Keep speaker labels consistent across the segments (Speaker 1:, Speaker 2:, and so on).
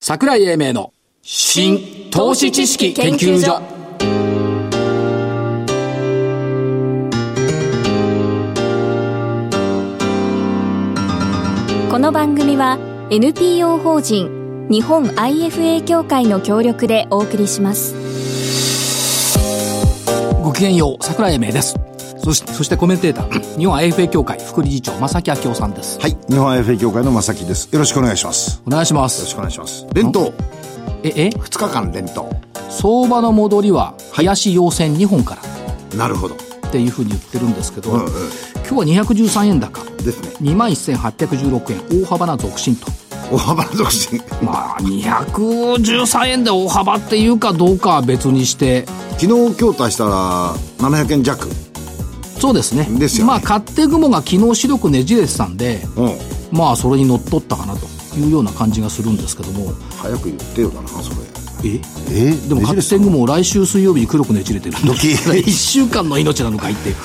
Speaker 1: 桜井英明の新投資知識研究所
Speaker 2: この番組は NPO 法人日本 IFA 協会の協力でお送りします
Speaker 1: ごきげんよう桜井英明ですそして そしてコメンテーター 日本 IFA 協会副理事長正木昭夫さんです
Speaker 3: はい。日本 FA 協会の正木です。よろしくお願いします。よ
Speaker 1: お願いしま
Speaker 3: ろし
Speaker 1: す
Speaker 3: くお願いします。連投。
Speaker 1: ええ
Speaker 3: 2日間連投。
Speaker 1: 相場の戻りは林陽線2本から
Speaker 3: なるほど。
Speaker 1: っていうふうに言ってるんですけど、
Speaker 3: うんうん
Speaker 1: 今日は213円高
Speaker 3: ですね。
Speaker 1: 2万1816円大幅な続伸と
Speaker 3: 大幅な続進。
Speaker 1: まあ213円で大幅っていうかどうかは別にして
Speaker 3: 昨日、今日足したら700円弱。
Speaker 1: そうですね
Speaker 3: ですよね
Speaker 1: まあ勝手雲が昨日視力ねじれてたんで
Speaker 3: うん。
Speaker 1: まあそれにのっとったかなというような感じがするんですけども
Speaker 3: 早く言ってよだな、それ。
Speaker 1: え
Speaker 3: え
Speaker 1: でも勝手雲来週水曜日に黒くねじれてる
Speaker 3: ドキ
Speaker 1: 1週間の命なのかいっていう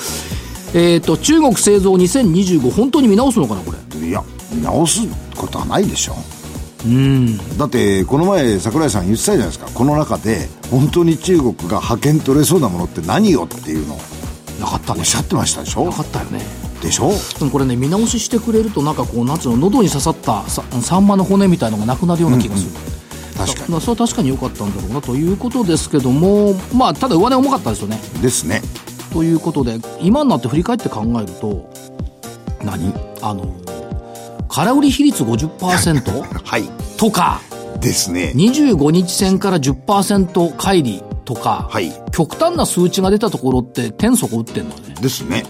Speaker 1: えっと中国製造2025本当に見直すのかなこれ
Speaker 3: いや、直すことはないでしょ。うん。だって、この前、桜井さん言ってたじゃないですか。この中で、本当に中国が覇権取れそうなものって何よっていうのを
Speaker 1: なかった
Speaker 3: お
Speaker 1: ね
Speaker 3: っしゃってましたでしょ
Speaker 1: なかったよね
Speaker 3: でしょ
Speaker 1: でもこれね見直ししてくれるとなんかこうなんつうの喉に刺さったさサンマの骨みたいのがなくなるような気がする、
Speaker 3: 確か
Speaker 1: まあそれは確かに良かったんだろうなということですけどもまあただ上値重かったですよね
Speaker 3: に。ですね。
Speaker 1: ということで今になって振り返って考えると何あの空売り比率 50%
Speaker 3: はい。
Speaker 1: とか
Speaker 3: ですね。
Speaker 1: 25日線から10%乖離とか、
Speaker 3: はい
Speaker 1: 極端な数値が出たところって天底打ってんだね
Speaker 3: ですね。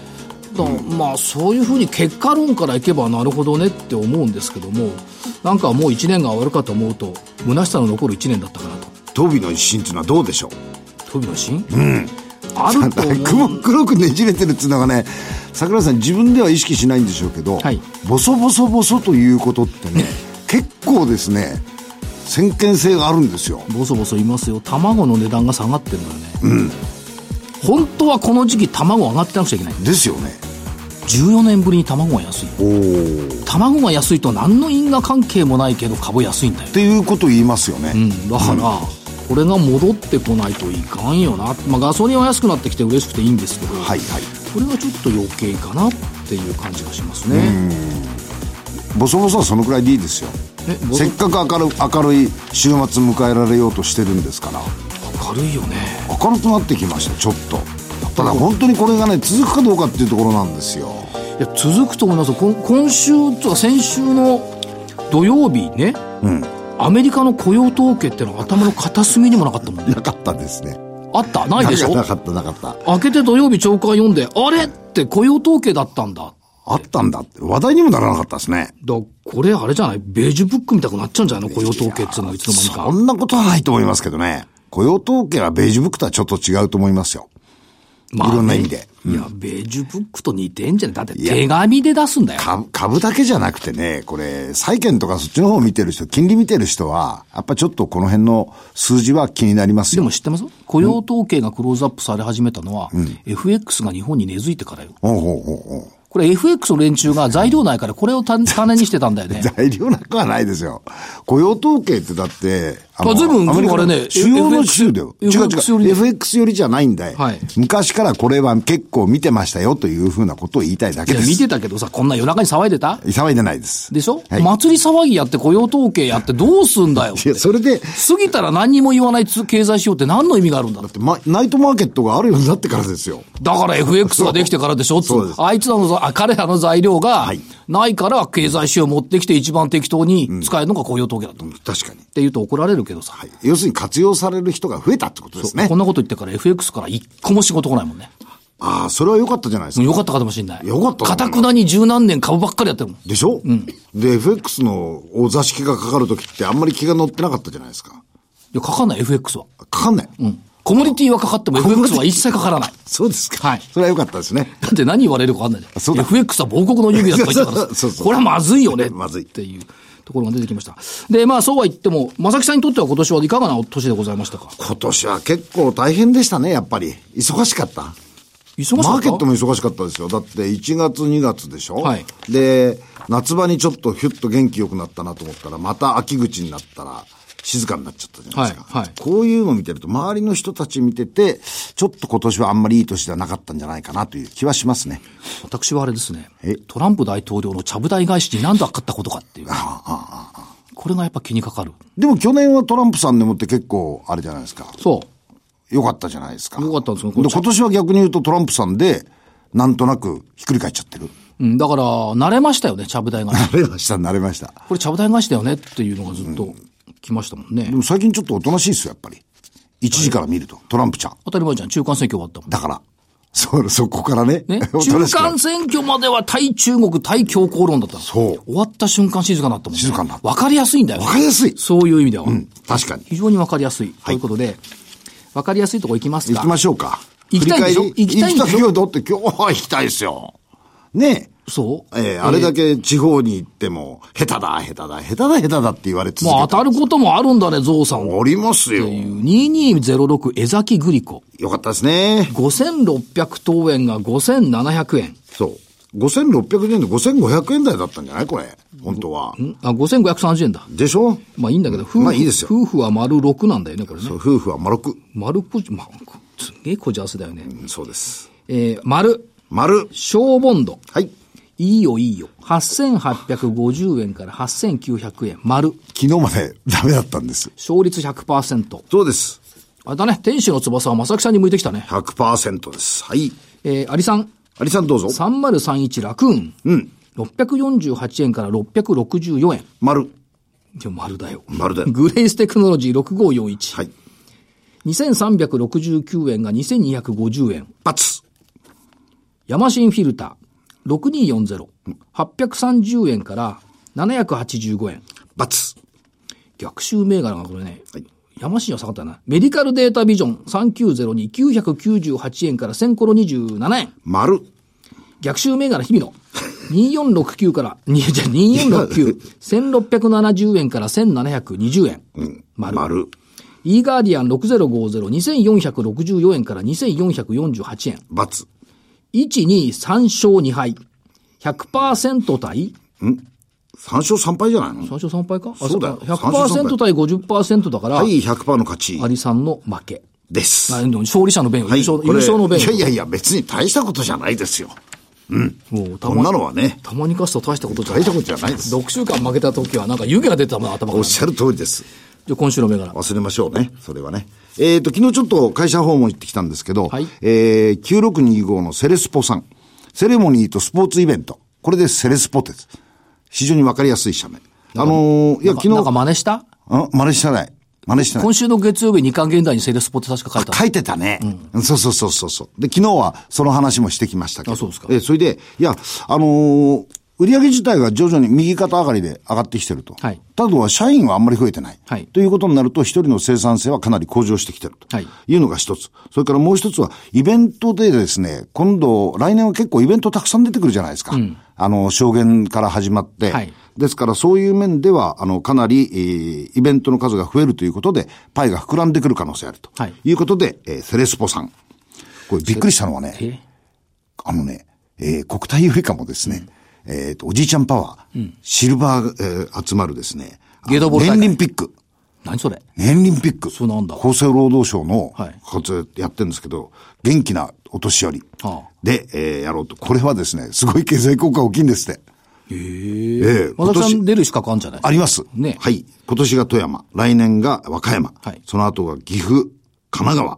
Speaker 1: だまあそういうふうに結果論からいけばなるほどねって思うんですけどもなんかもう1年が終わるかと思うと虚しさの残る1年だったかなと
Speaker 3: トビの一心っていうのはどうでしょう
Speaker 1: 飛びのシーン、ある と思
Speaker 3: 雲
Speaker 1: う
Speaker 3: 黒くねじれてるっていうのがね桜井さん自分では意識しないんでしょうけど、
Speaker 1: はい
Speaker 3: ボソボソボソということって ね結構ですね先見性があるんですよ
Speaker 1: ボソボソ言いますよ卵の値段が下がってるのよね、本当はこの時期卵上がってなくちゃいけない
Speaker 3: ですよね
Speaker 1: 14年ぶりに卵が安い
Speaker 3: おおっ
Speaker 1: 卵が安いと何の因果関係もないけど株安いんだよ
Speaker 3: ていうことを言いますよね、
Speaker 1: うん、だから、これが戻ってこないといかんよな、まあ、ガソリンは安くなってきて嬉しくていいんですけど、
Speaker 3: はいはい
Speaker 1: これはちょっと余計かなっていう感じがしますね、
Speaker 3: ボソボソはそのくらいでいいですよ
Speaker 1: えボソ
Speaker 3: せっかく明る明るい週末迎えられようとしてるんですから
Speaker 1: 明るいよね
Speaker 3: 明るくなってきましたちょっとただ本当にこれがね続くかどうかっていうところなんですよ
Speaker 1: いや続くと思いますよこん今週とか先週の土曜日ね、アメリカの雇用統計ってのは頭の片隅にもなかったもんね
Speaker 3: なかったですね
Speaker 1: あったないでしょ
Speaker 3: なかったなかった
Speaker 1: 明けて土曜日朝刊読んであれって雇用統計だったんだ
Speaker 3: あったんだって話題にもならなかったですね
Speaker 1: だこれあれじゃないベージュブックみたくなっちゃうんじゃないの雇用統計っていうのはいつの間にか
Speaker 3: そんなことはないと思いますけどね雇用統計はベージュブックとはちょっと違うと思いますよ
Speaker 1: まあね
Speaker 3: いろんな意味で
Speaker 1: いや、ベージュブックと似てんじゃねだって
Speaker 3: や
Speaker 1: 手紙で出すんだよ。
Speaker 3: 株株だけじゃなくてね、これ、債券とかそっちの方を見てる人、金利見てる人は、やっぱちょっとこの辺の数字は気になります
Speaker 1: で
Speaker 3: よ。
Speaker 1: も知ってます雇用統計がクローズアップされ始めたのは、FX が日本に根付いてからよ。
Speaker 3: おうおうおうおう
Speaker 1: これ FX の連中が材料ないからこれを種種にしてたん だよね。
Speaker 3: 材料なくはないですよ。雇用統計ってだって、あ
Speaker 1: あ随分
Speaker 3: アメリカ
Speaker 1: 随分あ
Speaker 3: の
Speaker 1: れね
Speaker 3: 主要の州だよ。違う
Speaker 1: FX よ
Speaker 3: 違
Speaker 1: り
Speaker 3: う。FX よりじゃないんだい。
Speaker 1: はい
Speaker 3: 昔からこれは結構見てましたよというふうなことを言いたいだけ
Speaker 1: い
Speaker 3: で
Speaker 1: や、
Speaker 3: す。
Speaker 1: 見てたけどさ、こんな夜中に騒いでた
Speaker 3: 騒いでないです。
Speaker 1: でしょ、
Speaker 3: はい
Speaker 1: 祭り騒ぎやって雇用統計やってどうすんだよっ
Speaker 3: い
Speaker 1: て
Speaker 3: や、。それで、
Speaker 1: 過ぎたら何にも言わないつ経済指標って何の意味があるんだって。
Speaker 3: ま、ナイトマーケットがあるようになってからですよ。
Speaker 1: だから FX ができてからでしょ
Speaker 3: そうです
Speaker 1: あいつらのざ、あ彼らの材料が
Speaker 3: はい
Speaker 1: ないから経済指標持ってきて一番適当に使えるのが雇用統計だと。
Speaker 3: 確かに。
Speaker 1: って言うと怒られるけどさ、
Speaker 3: はい。要するに活用される人が増えたってことですね
Speaker 1: こ。んなこと言ってから FX から一個も仕事来ないもんね。
Speaker 3: ああ、それは良かったじゃないですか。
Speaker 1: よかったかもしれない。
Speaker 3: よかった
Speaker 1: かたくなに十何年株ばっかりやってるもん。
Speaker 3: でしょうん。で、FX のお座敷がかかるときってあんまり気が乗ってなかったじゃないですか。
Speaker 1: いや、かかんない FX は。
Speaker 3: かかんない。
Speaker 1: コモディティはかかっても FX は一切かからない。
Speaker 3: そうですか。
Speaker 1: はい
Speaker 3: それは良かったですね。
Speaker 1: だって何言われるかわかんないじゃん
Speaker 3: そうだ
Speaker 1: FX は亡国の指だとか言ってたから
Speaker 3: そうそう
Speaker 1: これはまずいよね。
Speaker 3: まずい
Speaker 1: っていうところが出てきました。で、まあそうは言っても、正木さんにとっては今年はいかがなお年でございましたか
Speaker 3: 今年は結構大変でしたね、やっぱり。忙しかった。
Speaker 1: 忙しかった
Speaker 3: マーケットも忙しかったですよ。だって1月2月でしょ、
Speaker 1: はい
Speaker 3: で、夏場にちょっとヒュッと元気良くなったなと思ったら、また秋口になったら、静かになっちゃったじゃないですか。
Speaker 1: はいはい
Speaker 3: こういうの見てると、周りの人たち見てて、ちょっと今年はあんまりいい年ではなかったんじゃないかなという気はしますね。
Speaker 1: 私はあれですね
Speaker 3: え、
Speaker 1: トランプ大統領のちゃぶ台返しに何度勝ったことかっていう。これがやっぱ気にかかる。
Speaker 3: でも去年はトランプさんでもって結構、あれじゃないですか。
Speaker 1: そ
Speaker 3: 良かったじゃないですか。
Speaker 1: 良かったんですよ
Speaker 3: で今年は逆に言うとトランプさんで、なんとなくひっくり返っちゃってる。
Speaker 1: う。うん、だから、慣れましたよね、ちゃぶ台返し。
Speaker 3: 慣れました、慣れました。
Speaker 1: これちゃぶ台返しだよねっていうのがずっと来ましたもんね。
Speaker 3: でも最近ちょっとおとなしいですよ、やっぱり。1時から見ると、トランプちゃん。
Speaker 1: 当たり前じゃん、中間選挙終わったもん。
Speaker 3: だから、そ、そこからね、
Speaker 1: ね、
Speaker 3: おと
Speaker 1: 中
Speaker 3: なしくな
Speaker 1: 間選挙までは対中国、対強硬論だったの
Speaker 3: そう
Speaker 1: 終わった瞬間静かになったもん、ね。
Speaker 3: 静かになった
Speaker 1: わかりやすいんだよ。
Speaker 3: わかりやすい
Speaker 1: そういう意味では。
Speaker 3: うん、確かに。
Speaker 1: 非常にわかりやすい。ということで、わかりやすいとこ行きます
Speaker 3: 行
Speaker 1: か。
Speaker 3: きましょうか。
Speaker 1: 行きたいんでしょ
Speaker 3: 振り返り
Speaker 1: 行きたいんでしょ
Speaker 3: 行きたいよ、だって今日は行きたいですよ。ねえ。
Speaker 1: そう。
Speaker 3: ええあれだけ地方に行っても、下手だ、下手だ、下手だ、下手だって言われ続け
Speaker 1: まあ
Speaker 3: た。
Speaker 1: 当たることもあるんだね、ゾウさん。
Speaker 3: おりますよ。
Speaker 1: 2206江崎グリコ。
Speaker 3: よかったですね。
Speaker 1: 5600等円が5700円。
Speaker 3: そう。5600円で5500円台だったんじゃないこれ。本当は。
Speaker 1: あ、5530円だ。
Speaker 3: でしょ
Speaker 1: まあいいんだけど、夫婦、
Speaker 3: まあいいですよ
Speaker 1: 夫婦は丸6なんだよね、これね。
Speaker 3: そう夫婦は丸く。
Speaker 1: 丸こじ、まあ、こすげえこじ合わせだよね。
Speaker 3: うんそうです。
Speaker 1: えー、丸、
Speaker 3: 丸。
Speaker 1: 小ボンド。
Speaker 3: はい。
Speaker 1: いいよいいよ。8850円から8900円。丸。
Speaker 3: 昨日まで ダメだったんです。
Speaker 1: 勝率100%。
Speaker 3: そうです。
Speaker 1: あれだね、天使の翼は正木さんに向いてきたね。
Speaker 3: 100%です。はい。
Speaker 1: えー、アリさん、
Speaker 3: アリさんどうぞ。
Speaker 1: 3031ラクーン。うん。648円から664円。
Speaker 3: 丸。
Speaker 1: いや、丸だよ。
Speaker 3: 丸だよ
Speaker 1: グレイステクノロジー6541。
Speaker 3: はい。
Speaker 1: 2369円が2250円。
Speaker 3: バツ。
Speaker 1: ヤマシンフィルター6240。830円から785円。
Speaker 3: バツ。
Speaker 1: 逆襲銘柄がこれね、
Speaker 3: はい
Speaker 1: ヤマシンは下がったな。メディカルデータビジョン3902998円から1000コロ27円。
Speaker 3: 丸。
Speaker 1: 逆襲銘柄日々の2469から、にじゃあ2469、1670円から1720円。丸。
Speaker 3: 丸。
Speaker 1: イーガーディアン6050、2464円から2448円。
Speaker 3: バツ。
Speaker 1: 123勝2敗。100%対
Speaker 3: 3勝3敗じゃないの
Speaker 1: ?3 勝3敗かあ
Speaker 3: そうだよ
Speaker 1: か100%対50%だから、
Speaker 3: はい、100%の勝ち
Speaker 1: ア。リさんの負け。
Speaker 3: です。
Speaker 1: あでも勝利者の弁を、
Speaker 3: はい
Speaker 1: 優勝
Speaker 3: こ
Speaker 1: 優
Speaker 3: れ
Speaker 1: 勝の弁を
Speaker 3: いやいやいや、別に大したことじゃないですよ。
Speaker 1: もうた
Speaker 3: こん
Speaker 1: ま
Speaker 3: なのはね、
Speaker 1: たまに勝つと大したことじゃな
Speaker 3: 大
Speaker 1: い
Speaker 3: した。ことじゃないです。
Speaker 1: 6週間負けた時はなんか湯気が出てたもん頭か
Speaker 3: おっ
Speaker 1: ら。
Speaker 3: しゃる通りです。
Speaker 1: じゃあ今週の銘柄。
Speaker 3: 忘れましょうね。それはね。えっ、と、昨日ちょっと会社訪問行ってきたんですけど、
Speaker 1: はい
Speaker 3: えー、9625のセレスポさん。セレモニーとスポーツイベント。これでセレスポです。非常にわかりやすい社名。あのーい
Speaker 1: な
Speaker 3: や、
Speaker 1: んか
Speaker 3: 昨日、
Speaker 1: なんか真似した
Speaker 3: あ真似してない。真似してない。
Speaker 1: 今週の月曜日2巻現代にセールスポって確か書いた。
Speaker 3: 書いてたね。そうそうそうそうそう。で、昨日はその話もしてきましたけど。
Speaker 1: あそうですか
Speaker 3: え、それで、いや、あのー売上自体が徐々に右肩上がりで上がってきてると。
Speaker 1: はい
Speaker 3: ただは社員はあんまり増えてない。
Speaker 1: はい
Speaker 3: ということになると、一人の生産性はかなり向上してきてると。
Speaker 1: はい
Speaker 3: いうのが一つ。それからもう一つは、イベントでですね、今度、来年は結構イベントたくさん出てくるじゃないですか。あの、証言から始まって。
Speaker 1: はい
Speaker 3: ですから、そういう面では、あの、かなり、えーイベントの数が増えるということで、パイが膨らんでくる可能性あると。
Speaker 1: はい
Speaker 3: ということで、えーセレスポさん。これびっくりしたのはね、
Speaker 1: え
Speaker 3: あのね、えー国体よりかもですね、えっ、と、おじいちゃんパワー、シルバー、えー集まるですね、あの
Speaker 1: ゲートボール大会
Speaker 3: 年輪ピック。
Speaker 1: 何それ
Speaker 3: 年輪ピック。
Speaker 1: そうなんだ
Speaker 3: 厚生労働省の
Speaker 1: はい、
Speaker 3: こいつやってるんですけど、元気なお年寄り。
Speaker 1: はあ
Speaker 3: で、えーやろうと。これはですね、すごい経済効果大きいんですって。ええ今
Speaker 1: まさ
Speaker 3: 年
Speaker 1: さん出る資格あるんじゃない
Speaker 3: あります。
Speaker 1: ね
Speaker 3: はい。今年が富山、来年が和歌山、
Speaker 1: はい
Speaker 3: その後が岐阜、神奈川。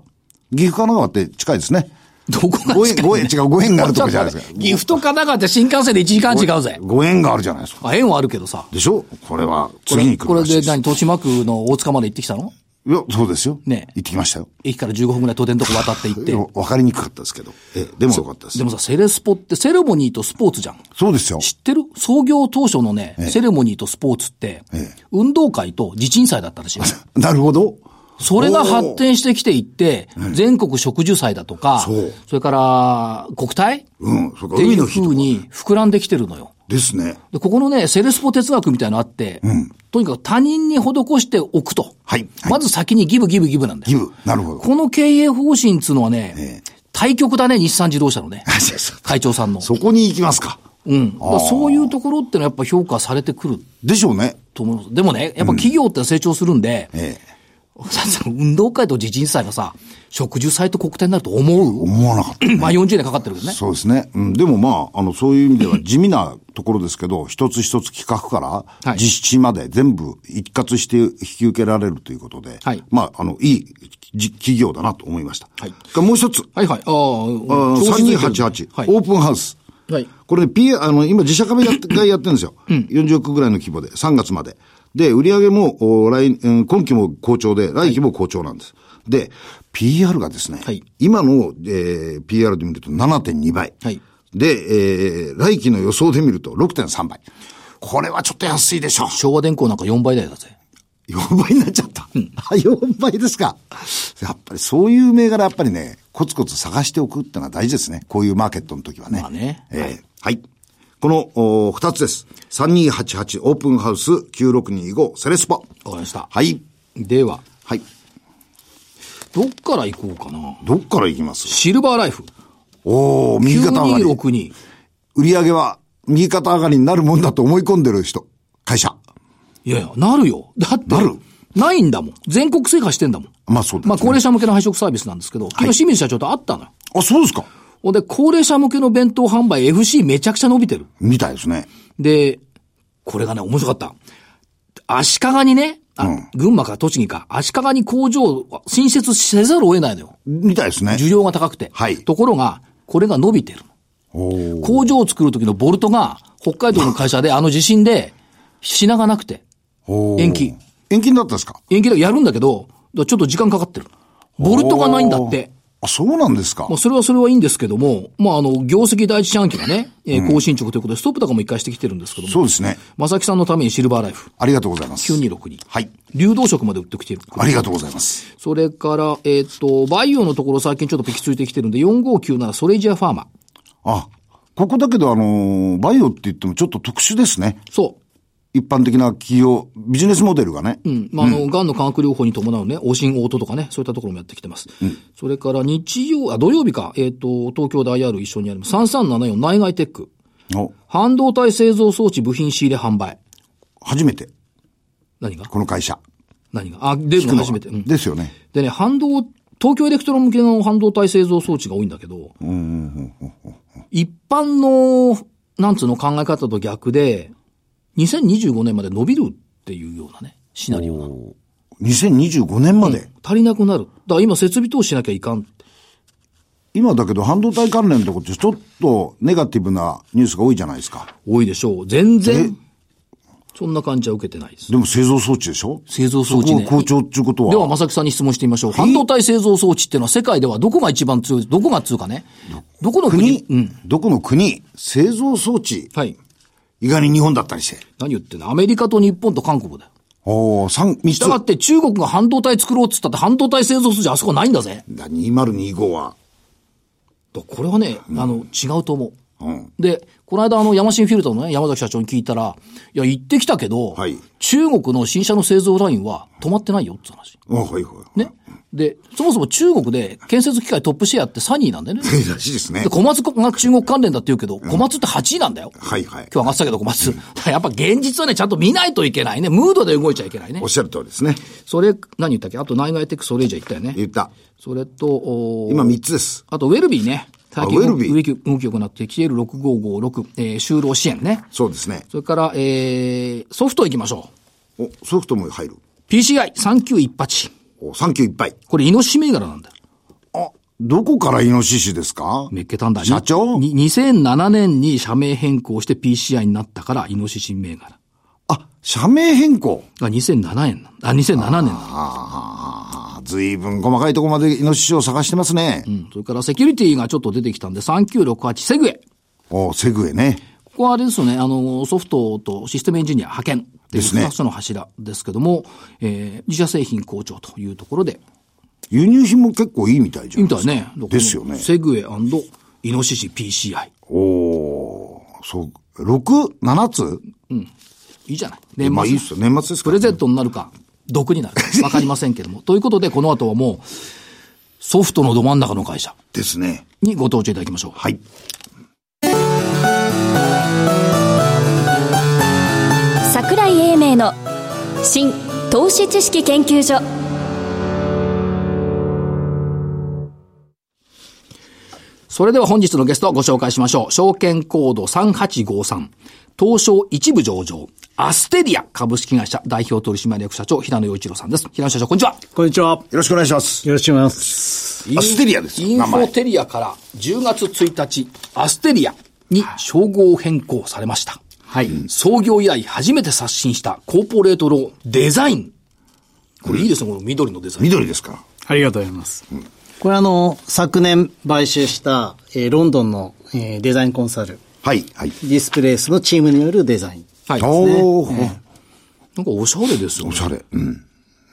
Speaker 3: 岐阜、神奈川って近いで すね。
Speaker 1: どこが
Speaker 3: ご縁、ご縁、違う、ご縁があるとこじゃな いですか。
Speaker 1: ギフトかなかって新幹線で1時間違うぜ。
Speaker 3: ご縁があるじゃないですか。
Speaker 1: あ、縁はあるけどさ。
Speaker 3: でしょこれは、次に来
Speaker 1: こ
Speaker 3: る
Speaker 1: れ
Speaker 3: らしい
Speaker 1: で
Speaker 3: です。
Speaker 1: 何、豊島区の大塚まで行ってきたの
Speaker 3: いや、そうですよ。
Speaker 1: ね
Speaker 3: 行ってきましたよ。
Speaker 1: 駅から15分ぐらい都電とこ渡って行って
Speaker 3: で。もわかりにくかったですけど。ええでもよかったです
Speaker 1: で。もさ、セレスポってセレモニーとスポーツじゃん。
Speaker 3: そうですよ。
Speaker 1: 知ってる創業当初のね、セレモニーとスポーツって、運動会と地鎮祭だったら しいよ。
Speaker 3: なるほど。
Speaker 1: それが発
Speaker 3: おー。
Speaker 1: 展してきていって、全国植樹祭だとか、
Speaker 3: そう
Speaker 1: それから国体っ
Speaker 3: うん、そっか、
Speaker 1: てい
Speaker 3: 海
Speaker 1: う
Speaker 3: の日と
Speaker 1: 風
Speaker 3: か。
Speaker 1: に膨らんできてるのよ。
Speaker 3: ですね。
Speaker 1: で、ここのね、セレスポ哲学みたいなのあって、とにかく他人に施しておくと。
Speaker 3: はいはい
Speaker 1: まず先にギブギブギブなんだ
Speaker 3: ギ
Speaker 1: よ。
Speaker 3: ブ。なるほど。
Speaker 1: この経営方針っつうのはね、対極だね、日産自動車のね、
Speaker 3: あそうそう
Speaker 1: 会長さんの。
Speaker 3: そこに行きますか。
Speaker 1: うん、だからそういうところってのはやっぱ評価されてくる
Speaker 3: でしょうね。
Speaker 1: と思います。でもね、やっぱ企業って成長するんで、
Speaker 3: ええ。
Speaker 1: さっきの運動会と地鎮祭がさ、植樹祭と国体になると思う
Speaker 3: 思わなかった。
Speaker 1: まあ40年かかってるけどね。
Speaker 3: そうですね。うん、でもまあ、あの、そういう意味では地味なところですけど、一つ一つ企画から
Speaker 1: はい
Speaker 3: 実施まで全部一括して引き受けられるということで、
Speaker 1: はい
Speaker 3: まあ、あの、いいじ企業だなと思いました。
Speaker 1: はい
Speaker 3: がもう一つ、
Speaker 1: はいはい。ああ、
Speaker 3: あの
Speaker 1: 調子づいてる
Speaker 3: 3288、
Speaker 1: はい。
Speaker 3: オープンハウス。
Speaker 1: はい。
Speaker 3: これね、P、あの、今自社株やってがやってるんですよ。40億ぐらいの規模で、3月まで。で、売上も、お来、うん今期も好調で、来期も好調なんです。で、PR がですね、
Speaker 1: はい
Speaker 3: 今の、えー、PR で見ると7.2倍。
Speaker 1: はい
Speaker 3: で、えー、来期の予想で見ると6.3倍。これはちょっと安いでしょ。
Speaker 1: 昭和電工なんか4倍台だぜ。
Speaker 3: 4倍になっちゃった。あ、4倍ですか。やっぱりそういう銘柄、やっぱりね、コツコツ探しておくってのは大事ですね。こういうマーケットの時はね。
Speaker 1: まあね
Speaker 3: えーはい。この、お二つです。3288オープンハウス9625セレスポ。
Speaker 1: わかりました。
Speaker 3: はい。
Speaker 1: では、
Speaker 3: はい。
Speaker 1: どっから行こうかな。
Speaker 3: どっから行きます
Speaker 1: シルバーライフ。
Speaker 3: おー、右肩上がり。
Speaker 1: 9262。
Speaker 3: 売り上げは右肩上がりになるもんだと思い込んでる人。会社。
Speaker 1: いやいや、なるよ。だって、
Speaker 3: なる
Speaker 1: ないんだもん。全国制覇してんだもん。
Speaker 3: まあそうですね
Speaker 1: まあ、高齢者向けの配食サービスなんですけど、昨日清水社長と会ったのよ。
Speaker 3: あ、そうですか。
Speaker 1: ほんで、高齢者向けの弁当販売 FC めちゃくちゃ伸びてる。
Speaker 3: みたいですね。
Speaker 1: で、これがね、面白かった。足利にね、あ、群馬か栃木か、足利に工場を新設せざるを得ないのよ。
Speaker 3: みたいですね。
Speaker 1: 需要が高くて。
Speaker 3: はい
Speaker 1: ところが、これが伸びてる
Speaker 3: おー。
Speaker 1: 工場を作る時のボルトが、北海道の会社で、あの地震で、品がなくて、
Speaker 3: おー
Speaker 1: 延期。
Speaker 3: 延期になったんですか
Speaker 1: 延期でやるんだけど、だからちょっと時間かかってる。ボルトがないんだって。
Speaker 3: あ、そうなんですか
Speaker 1: まあ、。それはそれはいいんですけども、まあ、あの、業績第一四半期がね、えー、更進捗ということで、ストップ高も一回してきてるんですけども、
Speaker 3: そうですね。
Speaker 1: 正木さんのためにシルバーライフ、
Speaker 3: ありがとうございます。
Speaker 1: 9262。
Speaker 3: はい。
Speaker 1: 流動食まで売ってきてる。
Speaker 3: ありがとうございます。
Speaker 1: それから、えっ、と、バイオのところ最近ちょっとピキついてきてるんで、4597ソレイジアファーマ。
Speaker 3: あ、ここだけど、あのーバイオって言ってもちょっと特殊ですね。
Speaker 1: そう。
Speaker 3: 一般的な企業、ビジネスモデルがね。
Speaker 1: うん。まあ、あの、癌の化学療法に伴うね、往診応答とかね、そういったところもやってきてます。それから日曜、あ、土曜日か、えっ、と、東京大 r 一緒にあります。3374内外テック。
Speaker 3: お
Speaker 1: 半導体製造装置部品仕入れ販売。
Speaker 3: 初めて、
Speaker 1: 何が
Speaker 3: この会社。
Speaker 1: 何があ、出るの初めて。うん
Speaker 3: ですよね。
Speaker 1: でね、半導、東京エレクトロン向けの半導体製造装置が多いんだけど、一般の、なんつうの考え方と逆で、2025年まで伸びるっていうようなね、シナリオなの。
Speaker 3: 2025年まで。
Speaker 1: 足りなくなる。だから今設備投資しなきゃいかんって。
Speaker 3: 今だけど、半導体関連のとこってちょっとネガティブなニュースが多いじゃないですか。
Speaker 1: 多いでしょう。全然、そんな感じは受けてないです。
Speaker 3: でも製造装置でしょ
Speaker 1: 製造装置ね
Speaker 3: そこが好調っていうことは。
Speaker 1: では、正木さんに質問してみましょう。半導体製造装置っていうのは世界ではどこが一番強い、どこが強いかね。どこの国
Speaker 3: 国、どこの国、製造装置、
Speaker 1: はい。
Speaker 3: 意外に日本だったりして。
Speaker 1: 何言ってんのアメリカと日本と韓国だよ。
Speaker 3: おお三三つ。
Speaker 1: したがって中国が半導体作ろうっつったって半導体製造数じゃあそこないんだぜ。
Speaker 3: だ2025は。
Speaker 1: だこれはね、あの、違うと思う。
Speaker 3: うん
Speaker 1: で、この間あの、ヤマシンフィルターのね、山崎社長に聞いたら、いや、行ってきたけど、
Speaker 3: はい
Speaker 1: 中国の新車の製造ラインは止まってないよって話。
Speaker 3: あはいはい。
Speaker 1: ね。で、そもそも中国で建設機械トップシェアってサニーなんだよね。
Speaker 3: らしいですね
Speaker 1: で、。小松が中国関連だって言うけど、小松って8位なんだよ。
Speaker 3: はいは
Speaker 1: 今
Speaker 3: い
Speaker 1: 日上がってたけど小松。 だからやっぱ現実はね、ちゃんと見ないといけないね。ムードで動いちゃいけないね
Speaker 3: おっ。しゃる通りですね。
Speaker 1: それ、何言ったっけあと内外テックそれ以上言ったよね。
Speaker 3: 言った。
Speaker 1: それと、おー
Speaker 3: 今3つです。
Speaker 1: あと、ウェルビーね。最近
Speaker 3: あウェルビー
Speaker 1: 動き動き良くなって、KL6556、えー、就労支援ね。
Speaker 3: そうですね。
Speaker 1: それから、えー、ソフト行きましょ
Speaker 3: お、ソフトも入る。
Speaker 1: う。PCI3918。
Speaker 3: お、3級いっぱい。
Speaker 1: これ、イノシシ銘柄なんだよ。
Speaker 3: あ、どこからイノシシですか
Speaker 1: めっけたんだ
Speaker 3: 社長
Speaker 1: に ?2007 年に社名変更して PCI になったから、イノシシ銘柄。
Speaker 3: あ、社名変更。
Speaker 1: が2007円なんだ。あ、2007年なんだ。
Speaker 3: ああ、ずいぶん細かいとこまでイノシシを探してますね。
Speaker 1: うん。それから、セキュリティがちょっと出てきたんで、3968セグウェイ。
Speaker 3: お、セグウェイね。
Speaker 1: ここはあれですよね、あの、ソフトとシステムエンジニア派遣っていう
Speaker 3: ですね
Speaker 1: 2つの柱ですけども、えー自社製品好調というところで、
Speaker 3: 輸入品も結構いいみたいじゃん。
Speaker 1: みたいね。
Speaker 3: ですよね
Speaker 1: セグウェイイノシシ PCI。
Speaker 3: おーそう、6、7つ
Speaker 1: いいじゃない。
Speaker 3: えまあいいっすよ。年末です
Speaker 1: プ
Speaker 3: から
Speaker 1: レゼントになるか、毒になる か、わかりませんけども。ということで、この後はもう、ソフトのど真ん中の会社
Speaker 3: ですね。
Speaker 1: にご登場いただきましょう。
Speaker 3: はい。
Speaker 2: 生命の新投資知識研究所
Speaker 1: それでは本日のゲストをご紹介しましょう。証券コード3853。東証一部上場。アステリア株式会社代表取締役社長、平野陽一郎さんです。平野社長、こんにちは。
Speaker 4: こんにちは。
Speaker 3: よろしくお願いします。
Speaker 4: よろしくお願いします。
Speaker 3: アステリアですよ
Speaker 1: イン
Speaker 3: 名
Speaker 1: フォ
Speaker 3: 前。
Speaker 1: テリアから10月1日、アステリアに称号変更されました。
Speaker 4: はい。
Speaker 1: 創業以来初めて刷新したコーポレートローデザイン。これいいですね、この緑のデザイン。
Speaker 3: 緑ですから。
Speaker 4: ありがとうございます。これあの、昨年買収した、えーロンドンの、えーデザインコンサル、
Speaker 3: はい、はい。
Speaker 4: ディスプレイスのチームによるデザイン。
Speaker 1: はい。なんか
Speaker 3: おー、
Speaker 1: おしゃれですよ
Speaker 3: お
Speaker 1: ね
Speaker 3: し。ゃれ。うん。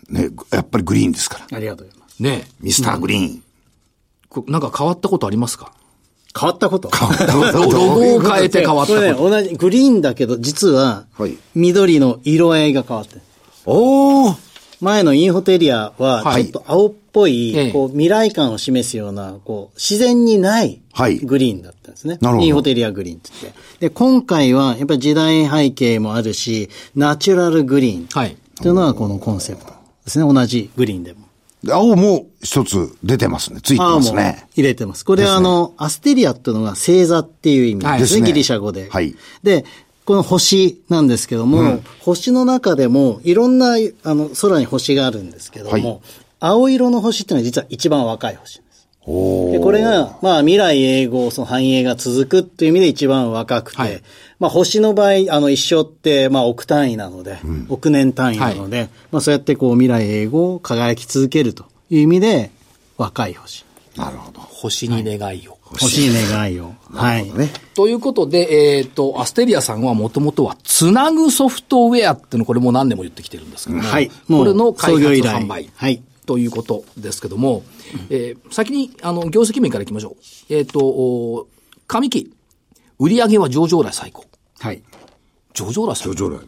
Speaker 3: ね、やっぱりグリーンですから。
Speaker 4: ありがとうございます。
Speaker 1: ねえ
Speaker 3: ミスターグリ ーン。
Speaker 1: こなんか変わったことありますか
Speaker 4: 変わったこと
Speaker 1: ロゴを変えて変わった
Speaker 4: こ
Speaker 1: こ
Speaker 4: れね、
Speaker 1: と。
Speaker 4: 同じ、グリーンだけど、実は
Speaker 3: はい、
Speaker 4: 緑の色合いが変わってる
Speaker 3: おー
Speaker 4: 前のインホテリアは、
Speaker 1: は
Speaker 4: ち
Speaker 1: い
Speaker 4: ょっと青っぽ
Speaker 1: ええ
Speaker 4: い、こう、未来感を示すような、こう、自然にない
Speaker 3: はい、
Speaker 4: グリーンだったんですね。
Speaker 3: なるほど
Speaker 4: インホテリアグリーンって言って。で、今回は、やっぱり時代背景もあるし、ナチュラルグリーン。
Speaker 1: はい。
Speaker 4: というのはこのコンセプトですね。同じグリーンでも。
Speaker 3: で 青も一つ出てますね。ついて
Speaker 4: 青
Speaker 3: ます
Speaker 4: も
Speaker 3: ね。
Speaker 4: 入れてます。これはあの、アステリアっていうのが星座っていう意味
Speaker 1: はい
Speaker 4: で
Speaker 3: ですす
Speaker 4: ね。
Speaker 3: ね
Speaker 4: ギリシャ語で。
Speaker 3: はい
Speaker 4: で、この星なんですけども、星の中でもいろんなあの空に星があるんですけども、
Speaker 3: はい
Speaker 4: 青色の星っていうのは実は一番若い星です。でこれが、まあ、未来永劫、その繁栄が続くっていう意味で一番若くて、
Speaker 1: はい
Speaker 4: まあ、星の場合、あの、一生って、まあ、億単位なので、億年単位なので、まあ、そうやってこう、未来永劫、輝き続けるという意味で、若い星。
Speaker 3: なるほど。
Speaker 1: 星に願いを。
Speaker 4: 欲しい願いを。はい。
Speaker 3: ね。
Speaker 1: ということで、えっ、と、アステリアさんはもともとは、つなぐソフトウェアっていうの、これもう何年も言ってきてるんですけども、
Speaker 4: はい
Speaker 1: これの開
Speaker 4: もう創業
Speaker 1: 発
Speaker 4: 以
Speaker 1: と
Speaker 4: 来
Speaker 1: 販売。
Speaker 4: はい
Speaker 1: ということですけども、えー先に、あの、業績面からいきましょう。えっ、と、お上期、売上は上場来最高。
Speaker 4: はい。
Speaker 1: 上場来最
Speaker 3: 上
Speaker 1: 高。
Speaker 3: 場来。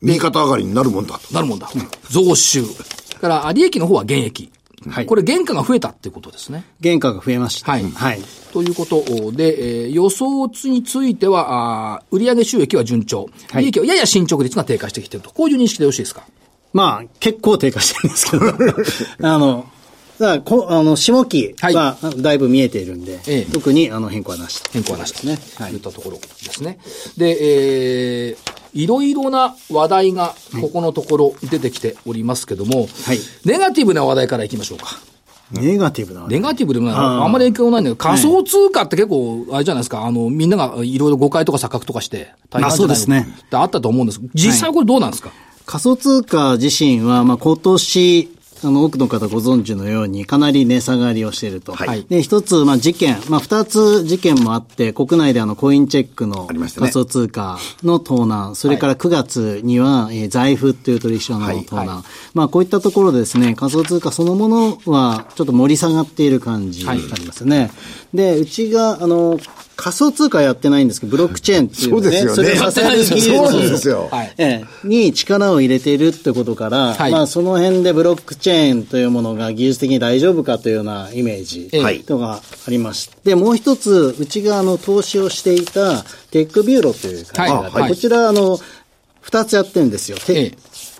Speaker 3: 右肩上がりになるもんだと。
Speaker 1: なるもんだ。増収。だから、利益の方は減益。
Speaker 4: はい
Speaker 1: これ、原価が増えたっていうことですね。
Speaker 4: 原価が増えました。
Speaker 1: はい
Speaker 4: はい。
Speaker 1: ということで、えー予想については、あー売上収益は順調。
Speaker 4: い
Speaker 1: 利益はやや進捗率が低下してきていると。こういう認識でよろしいですか
Speaker 4: まあ、結構低下してるんですけど、あの、だからこあの、下期は、だいぶ見えているんで、
Speaker 1: ええ
Speaker 4: 特に、あの、変更はなしと。
Speaker 1: 変更はなしと
Speaker 4: ね
Speaker 1: ね。。言ったところですね。で、えーいろいろな話題が、ここのところ出てきておりますけども、
Speaker 4: はい
Speaker 1: ネガティブな話題からいきましょうか。
Speaker 4: ネガティブな。
Speaker 1: ネガティブでもない、
Speaker 4: あ
Speaker 1: あ
Speaker 4: ー
Speaker 1: んまり影響ないんだけど、仮想通貨って結構、あれじゃないですか、あの、みんながいろいろ誤解とか錯覚とかして、大変なんじゃないの
Speaker 4: まあそうですね
Speaker 1: ってあったと思うんです実際これどうなんですか、
Speaker 4: 仮想通貨自身は、まあ、今年、あの、多くの方ご存知のように、かなり値下がりをしていると。
Speaker 1: はい
Speaker 4: で、一つ、まあ、事件、まあ、二つ事件もあって、国内であの、コインチェックの
Speaker 3: ありましたね
Speaker 4: 仮想通貨の盗難、それから9月には、えー財布という取引所の盗難、まあ、こういったところでですね、仮想通貨そのものは、ちょっと盛り下がっている感じがありますね。で、うちが、あの、仮想通貨やってないんですけど、ブロックチェーンっていう、
Speaker 3: そ
Speaker 4: ね、
Speaker 3: うですよね
Speaker 4: れを支える技術
Speaker 3: そう
Speaker 4: を
Speaker 3: なんですよ。
Speaker 1: はい。
Speaker 4: ええ、に力を入れているってことから、
Speaker 1: はい
Speaker 4: まあその辺でブロックチェーンというものが技術的に大丈夫かというようなイメージ
Speaker 1: ええ
Speaker 4: とかがありまして、でもう一つ、うちがあの投資をしていたテックビューロという会社があって、
Speaker 1: はいはい
Speaker 4: こちらあの、二つやってるんですよ。て
Speaker 1: ええ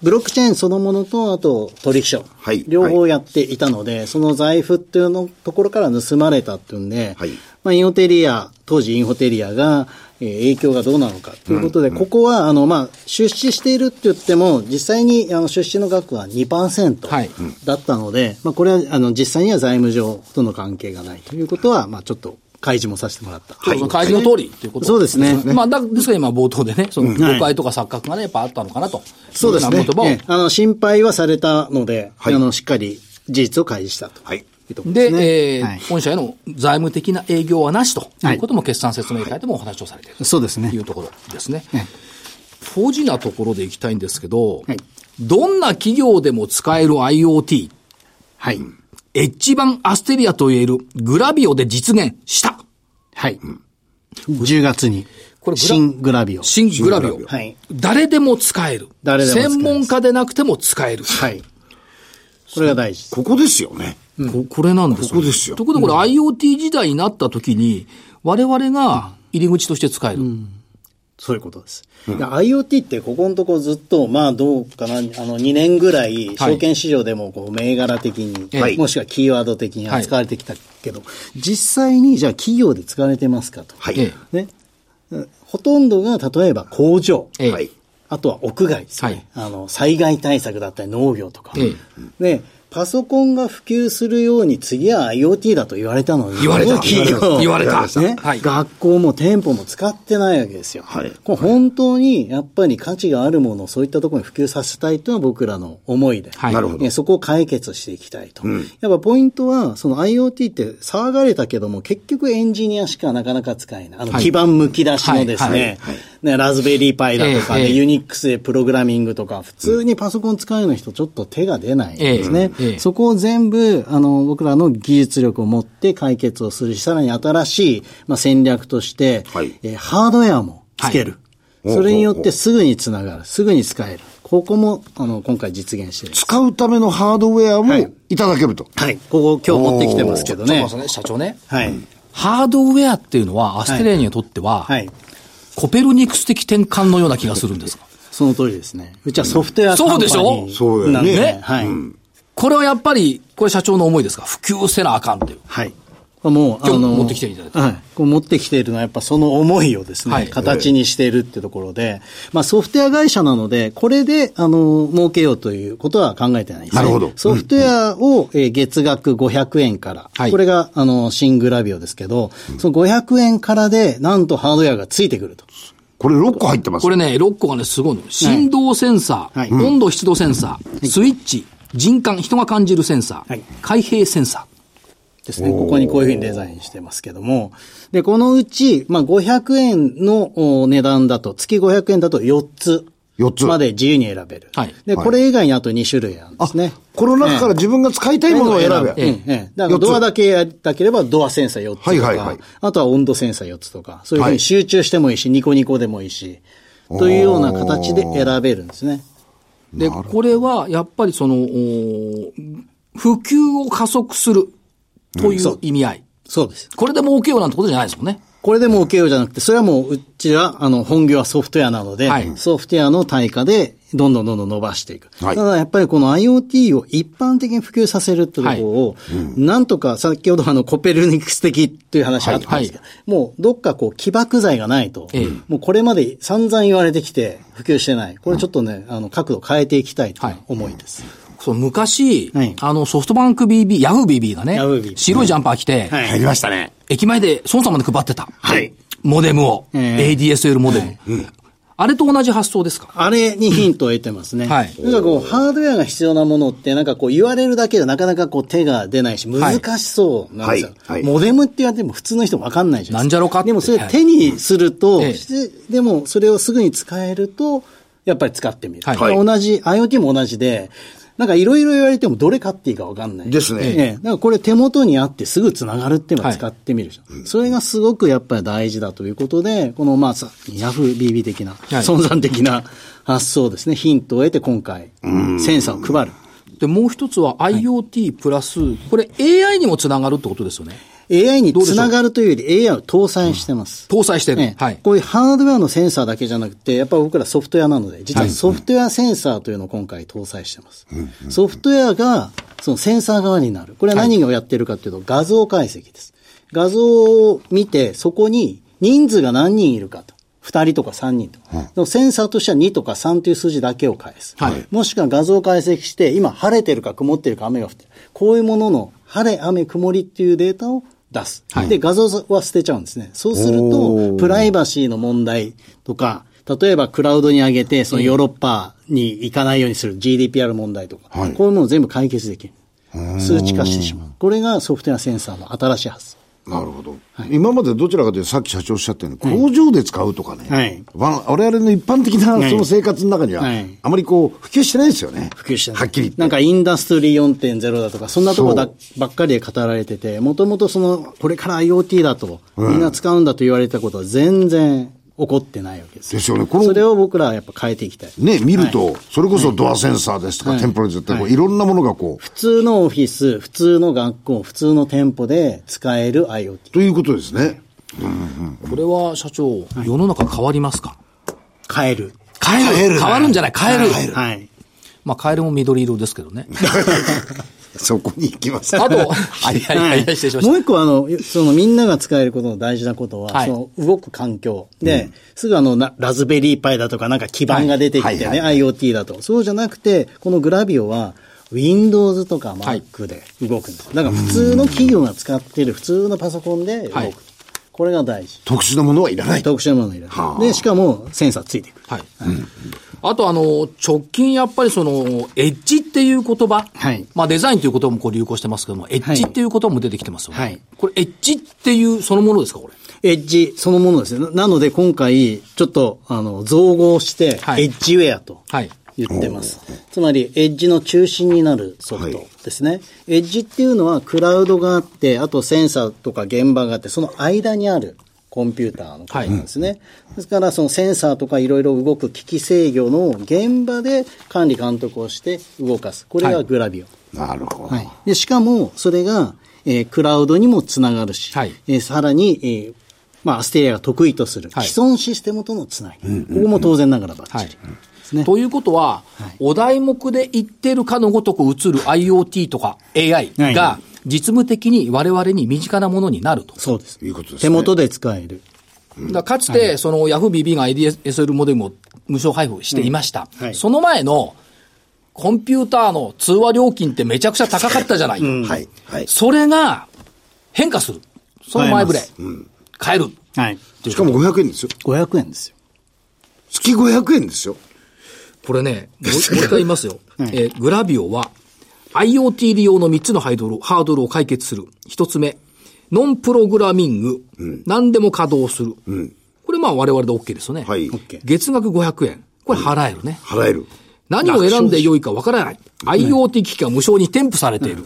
Speaker 4: ブロックチェーンそのものと、あと取引所。
Speaker 3: はい
Speaker 4: 両方やっていたので、その財布っていうのところから盗まれたっていうんで、
Speaker 3: はい
Speaker 4: まあ、インホテリア、当時インホテリアが、えー影響がどうなのかということで、ここは、あの、まあ、出資しているって言っても、実際に、あの、出資の額は
Speaker 1: はい
Speaker 4: 2%だったので、まあ、これは、あの、実際には財務上との関係がないということは、まあ、ちょっと、開示もさせてもらった。
Speaker 1: はい、その開示の通りということ
Speaker 4: そうですね
Speaker 1: まあ、だですから今冒頭でね、その
Speaker 4: はい
Speaker 1: 誤解とか錯覚がね、やっぱあったのかなと。
Speaker 4: そうです
Speaker 1: い
Speaker 4: ね
Speaker 1: よ。な言
Speaker 4: ええあの、心配はされたので、
Speaker 3: はい
Speaker 4: あの、しっかり事実を開示したと。
Speaker 3: はい。
Speaker 4: いうとこ
Speaker 1: 葉
Speaker 4: ろ
Speaker 1: を。で、
Speaker 4: すね
Speaker 1: えー
Speaker 4: はい
Speaker 1: 本社への財務的な営業はなしと
Speaker 4: はいいう
Speaker 1: ことも決算説明会でもお話をされている
Speaker 4: そうですね
Speaker 1: というところですね
Speaker 4: ええ。
Speaker 1: ポジなところでいきたいんですけど
Speaker 4: はい、
Speaker 1: どんな企業でも使える IoT、
Speaker 4: はい。
Speaker 1: エッジ版アステリアと言えるグラビオで実現した。
Speaker 4: はい。10月に
Speaker 1: これ、グラ
Speaker 4: 新グラビオ。
Speaker 1: 新グラビオ。
Speaker 4: はい
Speaker 1: 誰でも使える。
Speaker 4: 誰でも使えます
Speaker 1: 専門家でなくても使える。
Speaker 4: はい。これが大事。
Speaker 3: ここですよね。
Speaker 1: ここれなんですよ、
Speaker 3: ここですよ
Speaker 1: ところでこれ IoT 時代になった時に、我々が入り口として使える。
Speaker 4: そういうことです。うん、IoT ってここのとこずっと、まあどうかな、あの2年ぐらい、証券市場でもこう銘柄的に、はい、もしくはキーワード的に扱われてきたけど、はい、実際にじゃあ企業で使われてますかと。はい、ね。ほとんどが例えば工場。はい。あとは屋外ですね、はい、あの災害対策だったり農業とか、ええ、でパソコンが普及するように次は IoT だと言われたのに
Speaker 1: 言わ れた企業言われた、
Speaker 4: ね、はい、学校も店舗も使ってないわけですよ、はい、これ本当にやっぱり価値があるものをそういったところに普及させたいというのは僕らの思いで、はい、なるほどそこを解決していきたいと、うん、やっぱポイントはその IoT って騒がれたけども結局エンジニアしかなかなか使えないあの基盤むき出しのですね、ね、ラズベリーパイだとか、ね、ええ、ユニックスでプログラミングとか、普通にパソコン使うような人、ちょっと手が出ないんですね。え、そこを全部、あの、僕らの技術力を持って解決をするし、さらに新しい、まあ、戦略として、はい、えハードウェアもつける。はい、それによってすぐにつながる。すぐに使える。ここも、あの、今回実現してる。
Speaker 3: 使うためのハードウェアもいただけると。
Speaker 4: はい。はい、ここ今日持ってきてますけどね。
Speaker 1: ね社長ね。はい。ハードウェアっていうのは、アステレアにとっては、はい、コペルニクス的転換のような気がするんですか
Speaker 4: その通りですね。うちはソフトウェア
Speaker 1: カンパニーそうでしょ
Speaker 3: そうだよね。ね
Speaker 1: はい、うん。これはやっぱり、これ社長の思いですか普及せなあかんっていう。
Speaker 4: はい。も
Speaker 1: う、あの、持ってきてるんじゃない
Speaker 4: はい。こう持ってきているのはやっぱその思いをですね、はい、形にしているってところで、まあソフトウェア会社なので、これで、あの、儲けようということは考えてないです
Speaker 3: な
Speaker 4: ね。
Speaker 3: るほど。
Speaker 4: ソフトウェアを、え月額500円から、はい、これが、あの、シングラビオですけど、その500円からで、なんとハードウェアがついてくると。
Speaker 3: これ6個入ってます
Speaker 1: これね、6個がね、すごいの。振動センサー、はい、温度湿度センサー、スイッチ、人感、人が感じるセンサー、はい、開閉センサー。
Speaker 4: ですね。ここにこういうふうにデザインしてますけども。で、このうち、まあ、500円の値段だと、月500円だと4つ。
Speaker 3: 4つ。
Speaker 4: まで自由に選べる。はい。で、これ以外にあと2種類あるんですね。
Speaker 3: この中から自分が使いたいものを選べ。え
Speaker 4: え。ええ。だからドアだけやりたければドアセンサー4つとか。はいはいはい。あとは温度センサー4つとか。そういうふうに集中してもいいし、ニコニコでもいいし。というような形で選べるんですね。
Speaker 1: で、これはやっぱりその、普及を加速する。という意味合い。うん、
Speaker 4: そうです。
Speaker 1: これで儲けようなんてことじゃないですもんね。
Speaker 4: これで儲けようじゃなくて、それはもう、うちは、あの、本業はソフトウェアなので、はい、ソフトウェアの対価で、どんどんどんどん伸ばしていく。はい、ただ、やっぱりこの IoT を一般的に普及させるっていうところを、はいうん、なんとか、先ほどあの、コペルニクス的という話があったんですけど、もう、どっかこう、起爆剤がないと、ええ、もうこれまで散々言われてきて、普及してない。これちょっとね、あの、角度変えていきたいという思いです。
Speaker 1: そう、昔、はい、あの、ソフトバンク BB、ヤフー BB がね、白いジャンパー着て、
Speaker 3: はい、入りましたね。
Speaker 1: 駅前で孫さんまで配ってた。
Speaker 3: はい。
Speaker 1: モデムを。えー、ADSL モデム。はい、うんあれと同じ発想ですか
Speaker 4: あれにヒントを得てますね。はい。なんかこう、ハードウェアが必要なものって、なんかこう、言われるだけでなかなかこう、手が出ないし、難しそうなんですよ。はい。モデムって言われても普通の人わかんないじゃな
Speaker 1: ですか。な
Speaker 4: い
Speaker 1: んじゃろかって。
Speaker 4: でもそれ手にすると、はい、でもそれをすぐに使えると、やっぱり使ってみる。はい。同じ、IoT も同じで、なんかいろいろ言われてもどれ買っていいかわかんない。
Speaker 3: ですね。え
Speaker 4: え。だからこれ手元にあってすぐつながるっていうのは使ってみる、はい、それがすごくやっぱり大事だということで、このまあさ、ヤフー BB 的な、存在的な発想ですね、ヒントを得て今回、センサーを配る。
Speaker 1: で、もう一つは IoT プラス、はい、これ AI にもつながるってことですよね。
Speaker 4: AI につながるというより AI を搭載してます。
Speaker 1: うん、搭載してる、ね、
Speaker 4: はい。こういうハードウェアのセンサーだけじゃなくて、やっぱ僕らソフトウェアなので、実はソフトウェアセンサーというのを今回搭載してます。うん、ソフトウェアが、そのセンサー側になる。これは何をやってるかというと、画像解析です。画像を見て、そこに人数が何人いるかと。2人とか3人とか。うん、センサーとしては2とか3という数字だけを返す。はい、もしくは画像解析して、今晴れてるか曇ってるか雨が降ってる。こういうものの晴れ、雨、曇りっていうデータを出す。はい、で、画像は捨てちゃうんですね。そうすると、プライバシーの問題とか、例えばクラウドに上げて、そのヨーロッパに行かないようにする GDPR 問題とか、はい、こういうものを全部解決できる。数値化してしまう。これがソフトウェアセンサーの新しい発想。
Speaker 3: なるほど、はい、今までどちらかというと、さっき社長おっしゃったように、工場で使うとかね、はい、我々の一般的なその生活の中には、あまりこう、普及してないですよね。
Speaker 4: 普及してない。
Speaker 3: はっきり言って。
Speaker 4: なんかインダストリー4.0だとか、そんなとこだばっかりで語られてて、もともとその、これから IoT だと、みんな使うんだと言われたことは全然、起こってないわけです
Speaker 3: ですよね。
Speaker 4: このそれを僕らはやっぱ変えていきたい。
Speaker 3: ね、見ると、それこそドアセンサーですとか、テンポレーズって、いろんなものがこう。
Speaker 4: 普通のオフィス、普通の学校、普通の店舗で使える IoT。
Speaker 3: ということですね。
Speaker 1: これは社長、世の中変わりますか
Speaker 4: 変える。
Speaker 1: 変える。
Speaker 3: 変えるね
Speaker 1: 変わるんじゃない変える。
Speaker 4: はい。
Speaker 1: まあ、カエルも緑色ですけど ね。
Speaker 3: そこに行きます
Speaker 1: あと、はいはいはい、失礼しま
Speaker 4: も
Speaker 1: し
Speaker 4: う一個あの、そのみんなが使えることの大事なことは、
Speaker 1: はい
Speaker 4: その動く環境で、すぐあのなラズベリーパイだとかなんか基盤が出てきてね、
Speaker 3: はい
Speaker 4: IoT だと。そうじゃなくて、このグラビオは、Windows とか
Speaker 1: はい
Speaker 4: Mac で動くんです。だから普通の企業が使ってる普通のパソコンで動く。
Speaker 1: はい
Speaker 4: これが大事。
Speaker 3: 特殊なものはいらない。
Speaker 4: 特殊なものがいら
Speaker 3: はあ
Speaker 4: ない。で、しかもセンサーついてくる。
Speaker 1: た。はい。あと、あの、直近やっぱりその、エッジっていう言葉。
Speaker 4: はい
Speaker 1: まあ、デザインという言葉もこう流行してますけども、エッジっていう言葉も出てきてますよね。
Speaker 4: はい
Speaker 1: これ、エッジっていうそのものですか、これ。
Speaker 4: エッジそのものですね。ななので今回、ちょっと、あの、造語をして、エ
Speaker 1: はい
Speaker 4: ッジウェアと
Speaker 1: はい
Speaker 4: 言ってます。つまり、エッジの中心になるソフトですね。エッジっていうのは、クラウドがあって、あとセンサーとか現場があって、その間にあるコンピューターのことなんですね。ですから、そのセンサーとかいろいろ動く機器制御の現場で管理監督をして動かす。これ
Speaker 1: はい
Speaker 4: がグラビオ。
Speaker 3: なるほど。
Speaker 4: はい、でしかも、それが、えークラウドにもつながるし、
Speaker 1: はい
Speaker 4: えーさらに、えーまあ、アステリアが得意とする
Speaker 1: はい
Speaker 4: 既存システムとのつなぎ、ここも当然ながらばっちり、
Speaker 1: はい
Speaker 4: ですね。
Speaker 1: ということは、お題目で言ってるかのごとく映る IoT とか AI
Speaker 4: はい
Speaker 1: が、実務的に我々に身近なものになると。
Speaker 4: そうです
Speaker 3: いうことですね
Speaker 4: 手元で使える。
Speaker 1: だからかつて、その YahooBB が ADSL モデムを無償配布していました。
Speaker 4: はい
Speaker 1: その前の、コンピューターの通話料金ってめちゃくちゃ高かったじゃない。
Speaker 3: はい。はい。
Speaker 1: それが変化する。その前触れ。変える。
Speaker 4: はい。
Speaker 3: しかも500円ですよ。
Speaker 4: 500円ですよ。
Speaker 3: 月500円ですよ。
Speaker 1: これね、もうもう一回言いますよ。
Speaker 4: はい
Speaker 1: えーグラビオは、IoT 利用の3つのハイドルハードルを解決する。1つ目、ノンプログラミング。何でも稼働する。これまあ我々で OK ですよね。
Speaker 3: はい。
Speaker 4: OK
Speaker 1: 月額500円。これ払えるね。
Speaker 3: 払える。
Speaker 1: 何を選んでよいかわからない。IoT 機器が無償に添付されている。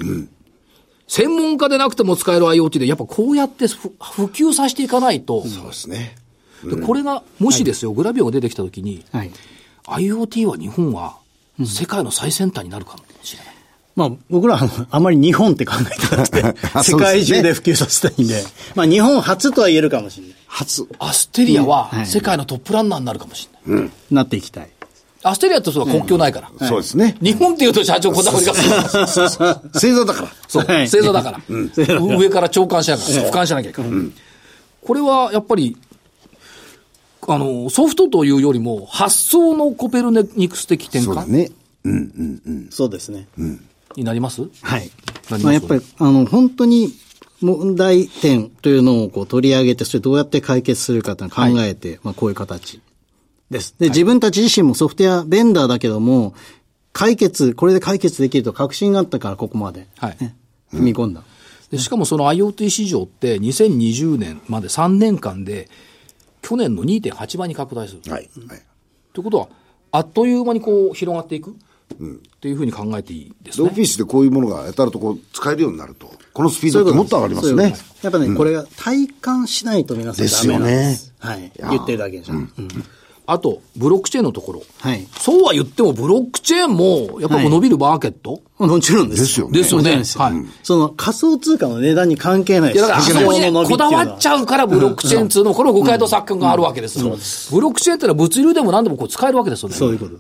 Speaker 1: 専門家でなくても使える IoT で、やっぱこうやってふ普及させていかないと、
Speaker 3: そうですね。
Speaker 1: でこれが、もしですよ、グラビオが出てきたときに、
Speaker 4: はい。
Speaker 1: IoT は日本は世界の最先端になるかもしれない。
Speaker 4: まあ、僕らはあのあまり日本って考えてなく て
Speaker 3: あ、そ
Speaker 4: 世
Speaker 3: うですね
Speaker 4: 界中で普及させたいんで、まあ、日本初とは言えるかもしれない。
Speaker 3: 初。
Speaker 1: アステリアは
Speaker 4: はい
Speaker 1: 世界のトップランナーになるかもしれない。
Speaker 4: なっていきたい。
Speaker 1: アステリアってそれは国境ないから。
Speaker 3: そうですね。
Speaker 1: 日本っていうと社長こだわりがする。
Speaker 3: 製造だから。
Speaker 1: そう、
Speaker 4: はい
Speaker 1: 星座だから。上から長官しながら、俯瞰しなきゃいけない。これはやっぱり、あの、ソフトというよりも、発想のコペルニクス的転
Speaker 3: そうだ
Speaker 1: 換
Speaker 3: ね。
Speaker 4: そうですね。
Speaker 1: になります、
Speaker 4: はい。
Speaker 1: 何が
Speaker 4: まあ、やっぱり、あの、本当に問題点というのをこう取り上げて、それどうやって解決するかというのを考えて、まあ、こういう形です。で、自分たち自身もソフトウェアベンダーだけども、解決、これで解決できると確信があったから、ここまで、
Speaker 1: はい
Speaker 4: ね踏み込んだ。
Speaker 1: でしかもその IoT 市場って2020年まで3年間で、去年の2.8倍に拡大する。とい
Speaker 3: はい。はい。
Speaker 1: うことは、あっという間にこう広がっていく、っていうふうに考えていいです
Speaker 3: でオ
Speaker 1: ね
Speaker 3: フ。ィスでこういうものがやたらとこう使えるようになると、このスピー
Speaker 4: そう
Speaker 3: ド
Speaker 4: い
Speaker 3: っ
Speaker 4: う
Speaker 3: て
Speaker 4: こと
Speaker 3: もっと上がりますね
Speaker 4: そういうこと。ですやっぱね、これが体感しないと皆さんダメなんです。はい。
Speaker 3: やー
Speaker 4: 言ってるだけじゃん。うん
Speaker 1: あと、ブロックチェーンのところ。
Speaker 4: はい。
Speaker 1: そうは言っても、ブロックチェーンも、やっぱこう伸びるマーケット、
Speaker 4: もちろんです。
Speaker 3: ですよね
Speaker 1: ですよね。
Speaker 4: そうですよ
Speaker 1: はい。
Speaker 4: その仮想通貨の値段に関係ない
Speaker 1: い
Speaker 4: で
Speaker 1: や
Speaker 4: す。
Speaker 1: だから、あそこにね、
Speaker 4: の伸び
Speaker 1: こ
Speaker 4: てい
Speaker 1: だ
Speaker 4: うのは
Speaker 1: わっちゃうから、ブロックチェーンっつうの、この誤解と作権があるわけですよ。ブロックチェーンってのは物流でも何でもこう使えるわけですよね。
Speaker 4: そういうこと。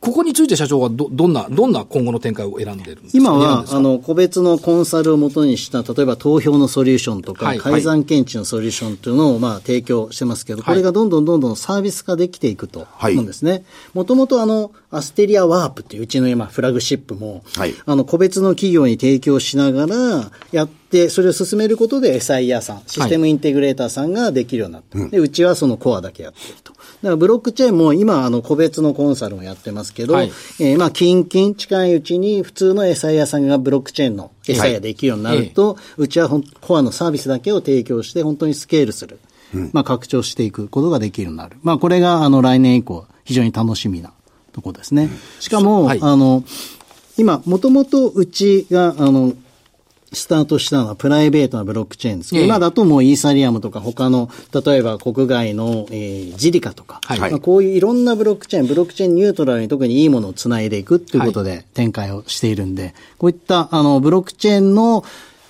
Speaker 1: ここについて社長はど、どんな、どんな今後の展開を選んでるんですか
Speaker 4: 今
Speaker 1: 選ん
Speaker 4: は
Speaker 1: で、るんですか
Speaker 4: あの、個別のコンサルをもとにした、例えば投票のソリューションとか、
Speaker 1: はい
Speaker 4: 改ざん検知のソリューションというのを、まあ、提供してますけど、これがどんどんどんどんサービス化できていくと
Speaker 3: はい
Speaker 4: 思うんですね。もともと、あの、アステリアワープっていううちの今、フラグシップも、
Speaker 3: はい
Speaker 4: あの、個別の企業に提供しながら、やって、それを進めることで、SIR さん、システムインテグレーターさんができるようになった。で、うちはそのコアだけやってると。だから、ブロックチェーンも今、あの、個別のコンサルもやってますけど、
Speaker 1: はい
Speaker 4: えーまあ、近々近いうちに普通の餌屋さんがブロックチェーンの餌屋できるようになると、うちはほんコアのサービスだけを提供して本当にスケールする。まあ、拡張していくことができるようになる。まあ、これが、あの、来年以降、非常に楽しみなところですね。しかも、
Speaker 1: はい
Speaker 4: あの、今、もともとうちが、あの、スタートしたのはプライベートなブロックチェーンですけど、
Speaker 1: ええ
Speaker 4: 今だともうイーサリアムとか他の、例えば国外の、えージリカとか、
Speaker 1: はい
Speaker 4: まあこういういろんなブロックチェーン、ブロックチェーンニュートラルに特にいいものをつないでいくっていうことで展開をしているんで、こういったあのブロックチェーンの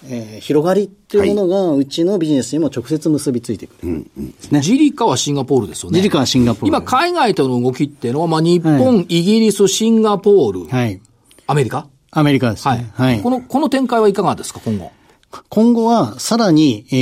Speaker 4: えー広がりっていうものが、うちのビジネスにも直接結びついてくるんですね。
Speaker 1: ジリカはシンガポールですよね。
Speaker 4: ジリカはシンガポール
Speaker 1: 今、海外との動きっていうのは、まあ、日本、
Speaker 4: は
Speaker 1: イギリス、シンガポール、
Speaker 4: はい。
Speaker 1: アメリカ、
Speaker 4: アメリカです
Speaker 1: はい
Speaker 4: ね。はい。
Speaker 1: この、この展開はいかがですか、今後。
Speaker 4: 今後は、さらに、え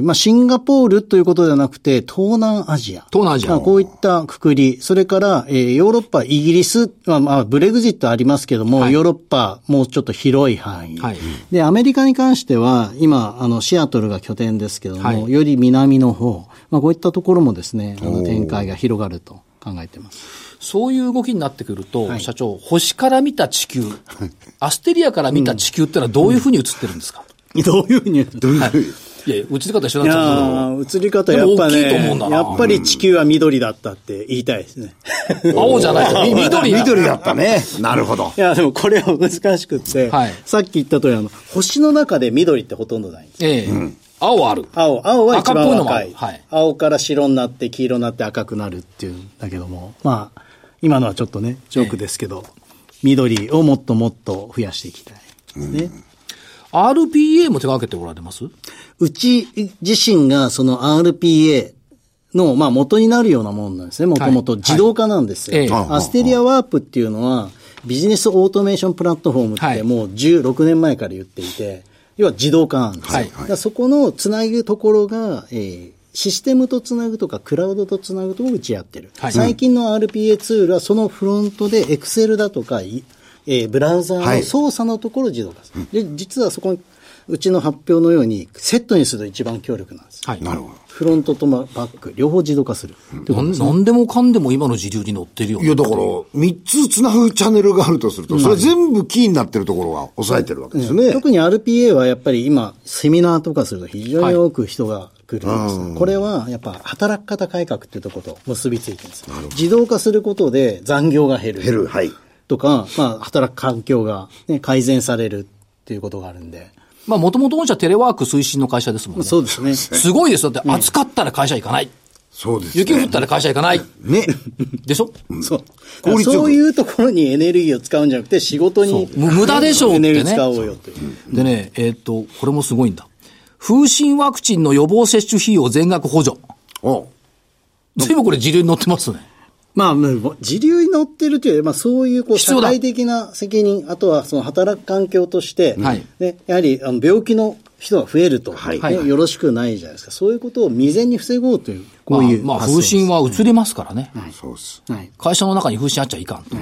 Speaker 4: ーまあ、シンガポールということではなくて、東南アジア。
Speaker 1: 東南アジア
Speaker 4: まあこういったくくり、それから、えーヨーロッパ、イギリス、まあ、まあ、ブレグジットありますけども、
Speaker 1: はい
Speaker 4: ヨーロッパ、もうちょっと広い範囲。
Speaker 1: はい
Speaker 4: で、アメリカに関しては、今、あの、シアトルが拠点ですけども、
Speaker 1: はい
Speaker 4: より南の方、まあ、こういったところもですね、あの展開が広がると考えてます。
Speaker 1: そういう動きになってくると、社長、星から見た地球、アステリアから見た地球ってのはどういうふうに映ってるんですか、
Speaker 4: どういうふうに言うと
Speaker 1: いやいや、映り方一緒
Speaker 5: い
Speaker 1: なん
Speaker 5: や
Speaker 1: です
Speaker 5: ー映
Speaker 1: けど
Speaker 5: り方やっぱ
Speaker 1: でも大きいと思う
Speaker 5: ね
Speaker 1: んだ、な
Speaker 5: やっぱり地球は緑だったって言いたいですね。
Speaker 1: 青じゃないと、み 緑だ
Speaker 3: 緑だったね。なるほど。
Speaker 5: いや、でもこれは難しくって、
Speaker 1: はい
Speaker 5: さっき言った通り、あの、星の中で緑ってほとんどないんです。
Speaker 1: ええ青ある。
Speaker 5: 青、青は一
Speaker 1: 赤っぽい
Speaker 5: 番
Speaker 1: のもあ
Speaker 5: 赤
Speaker 1: る
Speaker 5: い。
Speaker 1: はい
Speaker 5: 青から白になって、黄色になって赤
Speaker 4: 赤くなるっていうんだけども、まあ、今のはちょっとね、ジョークですけど、緑をもっともっと増やしていきたいですね。
Speaker 1: RPA も手掛けておられます
Speaker 4: うち自身がその RPA の、まあ、元になるようなものなんですね。もともと
Speaker 1: はい
Speaker 4: 自動化なんですよ。
Speaker 1: ええ
Speaker 4: アステリアワープっていうのは、ビジネスオートメーションプラットフォームっ
Speaker 1: はい
Speaker 4: てもう16年前から言っていて、要は自動化なんですよ。
Speaker 1: はい
Speaker 4: だからそこのつなぐところが、えーシステムとつなぐとか、クラウドとつなぐとこをうちやってる。
Speaker 1: はい
Speaker 4: 最近の RPA ツールはそのフロントで Excel だとか、いえーブラウザーの操作のところを自動化する。で、実はそこに、うちの発表のように、セットにすると一番強力なんです。
Speaker 1: はい。
Speaker 3: なるほ
Speaker 4: フロントとまバック、両方自動化する。で
Speaker 1: なんなんでもかんでも今の時流に乗ってるよ
Speaker 3: ど。
Speaker 1: ね
Speaker 3: いや、だから、3つ繋ぐチャンネルがあるとすると、それ全部キーになってるところが抑えてるわけですね。
Speaker 4: 特に RPA はやっぱり今、セミナーとかすると非常に多く人が来るんですね、これはやっぱ働き方改革っていうところと結びついてるんです。自動化することで残業が減る。
Speaker 3: 減る。はい。
Speaker 4: とか、まあ、働く環境が、ね、改善されるっていうことがあるんで。
Speaker 1: まあ、もともと御社テレワーク推進の会社ですもんね。
Speaker 4: そうですね。
Speaker 1: すごいですよ。だって暑かったら会社行かない。
Speaker 3: そうですね。
Speaker 1: 雪降ったら会社行かない。
Speaker 3: ね。
Speaker 1: でしょ
Speaker 4: そう。
Speaker 3: 効率よく
Speaker 4: そういうところにエネルギーを使うんじゃなくて、仕事に。
Speaker 1: そう無無駄でしょうってね
Speaker 4: エネルギー使おうよっていう。
Speaker 1: でね、えーっと、これもすごいんだ。風疹ワクチンの予防接種費用全額補助。
Speaker 3: お
Speaker 1: 随分これ時流に乗ってますね。
Speaker 4: まあ、もう自流に乗ってるというより、まあ、そういうこう
Speaker 1: 必
Speaker 4: 社
Speaker 1: 要だ
Speaker 4: 会的な責任、あとはその働く環境として、
Speaker 1: はい
Speaker 4: ね、やはりあの病気の人が増えると、
Speaker 3: はい
Speaker 4: ねよろしくないじゃないですか、そういうことを未然に防ごうという、こういう、
Speaker 1: まあ、まあ、風疹は移りますからね。
Speaker 3: そうです。
Speaker 4: はい、
Speaker 1: 会社の中に風疹あっちゃいかんと。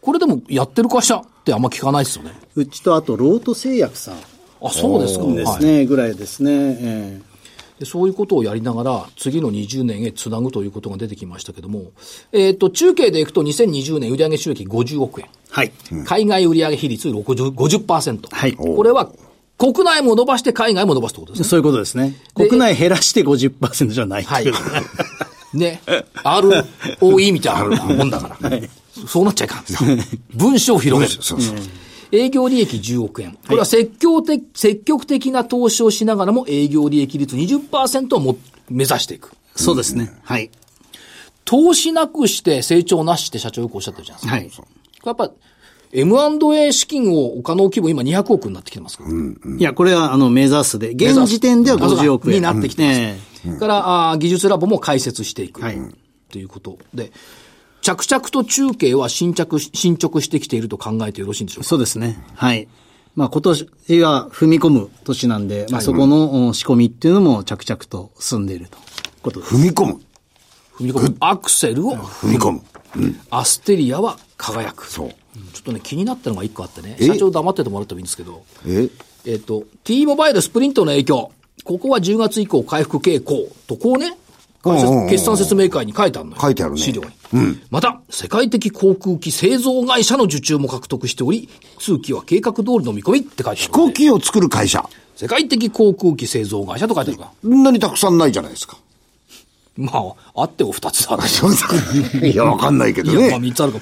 Speaker 1: これでもやってる会社ってあんま聞かないですよね。
Speaker 4: うちとあと、ロート製薬さん
Speaker 1: あ、そうですか。
Speaker 4: です
Speaker 1: はい
Speaker 4: ね、ぐらいですね。ええ
Speaker 1: でそういうことをやりながら、次の20年へつなぐということが出てきましたけども、えっ、と、中継でいくと2020年売上収益50億円。
Speaker 4: はい。
Speaker 1: 海外売上比率60 50%。
Speaker 4: はい
Speaker 1: これは、国内も伸ばして海外も伸ばすってことですね。
Speaker 4: そういうことですね。
Speaker 1: で
Speaker 4: 国内減らして50%じゃない
Speaker 1: は
Speaker 4: と
Speaker 1: い
Speaker 4: いう。。
Speaker 1: ね。ROE みたいなもんだから。そうなっちゃいかん。文章を広げる。
Speaker 3: そうそう。
Speaker 1: 営業利益10億円。これは積極的、積極的な投資をしながらも営業利益率20%をも目指していく。
Speaker 4: そうですね。はい。
Speaker 1: 投資なくして成長なしって社長よくおっしゃってるじゃないですか。
Speaker 4: はい。
Speaker 1: これやっぱ、M&A 資金を可能規模今200億になってきてますから。
Speaker 4: いや、これは、あの、目指すで、現時点では50億円。
Speaker 1: になってきてます。
Speaker 4: ええ
Speaker 1: それから、あー技術ラボも開設していく。
Speaker 4: はい
Speaker 1: ということで、着々と中継は進捗し、進捗してきていると考えてよろしいんでしょうか。
Speaker 4: そうですね。はい。まあ今年は踏み込む年なんで、まあそこのお仕込みっていうのも着々と進んでいると。ことです。
Speaker 3: 踏み込む。
Speaker 1: 踏み込む。アクセルを
Speaker 3: 踏み込む。
Speaker 1: アステリアは輝く。
Speaker 3: そう
Speaker 1: うんちょっとね、気になったのが一個あってね、
Speaker 3: え
Speaker 1: 社長黙っててもらってもいいんですけど、
Speaker 3: え
Speaker 1: えっ、と、T モバイルスプリントの影響、ここは10月以降回復傾向と、こうね、会社
Speaker 3: うんうんうん
Speaker 1: 決算説明会に書いてあるのよ。
Speaker 3: 書いてあるね
Speaker 1: 資料に。また、世界的航空機製造会社の受注も獲得しており、通期は計画通りの見込みって書いてある
Speaker 3: 飛
Speaker 1: の
Speaker 3: 行
Speaker 1: で。
Speaker 3: 機を作る会社。
Speaker 1: 世界的航空機製造会社と書いてあるから。
Speaker 3: そんなにたくさんないじゃないですか。
Speaker 1: まあ、あっても2つだね。
Speaker 3: いや、わかんないけど
Speaker 1: いや、まあ
Speaker 3: ね。
Speaker 1: 3つあるか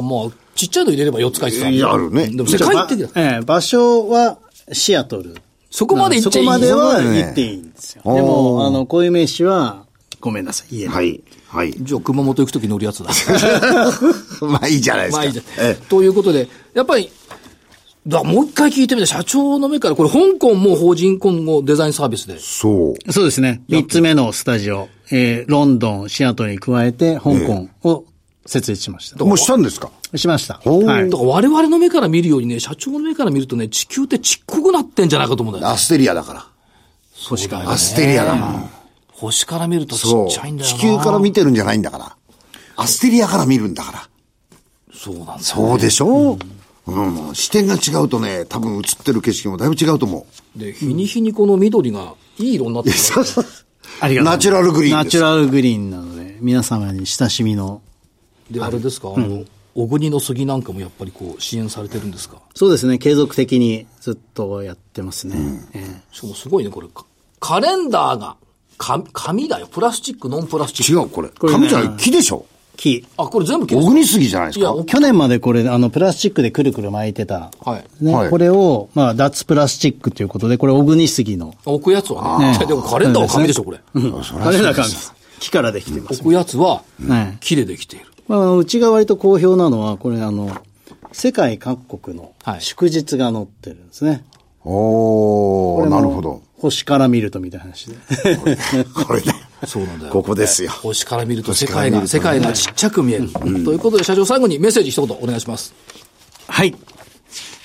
Speaker 1: も。あ、まあ、ちっちゃいの入れれば4つ書いてた。
Speaker 3: いやあるね
Speaker 1: でも世界的だ。
Speaker 4: ええ場所はシアトル。
Speaker 1: そこまで行っ
Speaker 4: そ
Speaker 1: ちゃ
Speaker 4: こ
Speaker 1: いい
Speaker 4: までは
Speaker 3: そこまでね
Speaker 4: 行っていいんですよ。
Speaker 3: おー
Speaker 4: でも、あの、こういう名詞は、ごめんなさい。言えない。
Speaker 3: はい。はい。
Speaker 1: じゃあ、熊本行くとき乗るやつだ。
Speaker 3: まあいいじゃないですか。
Speaker 1: まあいいじゃん
Speaker 3: ええ
Speaker 1: ということで、やっぱり、だからもう一回聞いてみて、社長の目から、これ香港も法人今後デザインサービスで。
Speaker 3: そう。
Speaker 4: そうですね。三つ目のスタジオ、えー、ロンドン、シアトルに加えて、香港を設立しました。
Speaker 3: もうしたんですか
Speaker 4: しました。
Speaker 3: ほう
Speaker 4: はい
Speaker 1: だ。から我々の目から見るようにね、社長の目から見るとね、地球ってちっこくなってんじゃないかと思うんだよ。
Speaker 3: アステリアだから。
Speaker 1: 星から
Speaker 3: アステリアだな。
Speaker 1: 星から見るとち
Speaker 3: そ
Speaker 1: っ
Speaker 3: う。
Speaker 1: ちゃいんだよ
Speaker 3: 地
Speaker 1: な。
Speaker 3: 球から見てるんじゃないんだから。アステリアから見るんだから。
Speaker 1: そうなんだよ。
Speaker 3: そうでしょうん、視点が違うとね、多分映ってる景色もだいぶ違うと思
Speaker 1: で、日に日にこの緑がいい色になってくる。
Speaker 4: ありがとうございます
Speaker 3: ナチュラルグリーンです
Speaker 4: ナチュラルグリーンなので、皆様に親しみの。
Speaker 1: で、あれですか、あの、小国の杉なんかもやっぱりこう、支援されてるんですか
Speaker 4: そうですね。継続的にずっとやってますね。ええ
Speaker 1: しかもすごいね、これ、かカレンダーが、か紙だよ。プラスチック、ノンプラスチック。
Speaker 3: う。違う、これ。
Speaker 4: れね
Speaker 3: 紙じゃない、木でしょ
Speaker 4: 木。
Speaker 1: あ、これ全部消
Speaker 3: 小
Speaker 1: す
Speaker 3: 国杉じゃないです
Speaker 1: いや
Speaker 3: か。
Speaker 1: お
Speaker 4: 去年までこれ、あの、プラスチックでくるくる巻いてた。
Speaker 1: はい。
Speaker 4: ね、
Speaker 3: はい
Speaker 4: これを、まあ、脱プラスチックということで、これ、小国杉の。
Speaker 1: 置くやつはね。
Speaker 4: あー
Speaker 1: でもカレンダーは紙でしょ、これ。
Speaker 4: あれだか木からできてます。
Speaker 1: 置くやつは、
Speaker 4: はい。
Speaker 1: 木でできている。
Speaker 4: まあ、うちが割と好評なのは、これ、あの、世界各国の
Speaker 1: はい
Speaker 4: 祝日が載ってるんですね。
Speaker 3: お
Speaker 4: こ
Speaker 3: ー、
Speaker 4: れも
Speaker 3: なるほど。
Speaker 4: 星から見るとみたいな話で。
Speaker 3: これだ。
Speaker 1: そうなんだよ。
Speaker 3: ここですよ。
Speaker 1: 星から見ると世界が、世界がちっちゃく見える。ということで、社長最後にメッセージ一言お願いします。
Speaker 4: はい。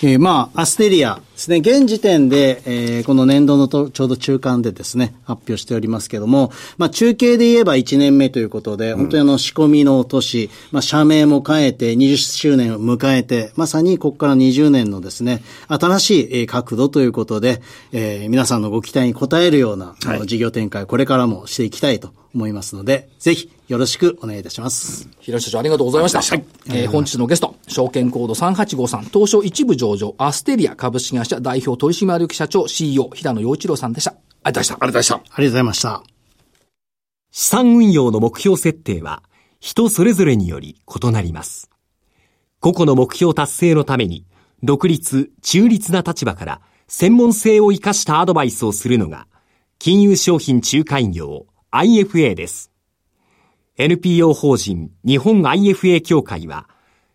Speaker 4: えーまあ、アステリアですね。現時点で、えーこの年度のとちょうど中間でですね、発表しておりますけども、まあ、中継で言えば1年目ということで、本当にあの、仕込みの年、まあ、社名も変えて、20周年を迎えて、まさにここから20年のですね、新しいえー角度ということで、えー皆さんのご期待に応えるような、あの事業展開、これからもしていきたいと思いますので、ぜひ、よろしくお願いいたします。
Speaker 1: 平井社長ありがとうございました。えー本日のゲスト、証券コード3853、東証一部上場、アステリア株式会社代表取締役社長 CEO、平野陽一郎さんでした。ありがとうございました。
Speaker 3: あれ出した。
Speaker 4: ありがとうございました。
Speaker 6: 資産運用の目標設定は人それぞれにより異なります。個々の目標達成のために独立、中立な立場から専門性を生かしたアドバイスをするのが金融商品仲介業 IFA です。NPO 法人日本 IFA 協会は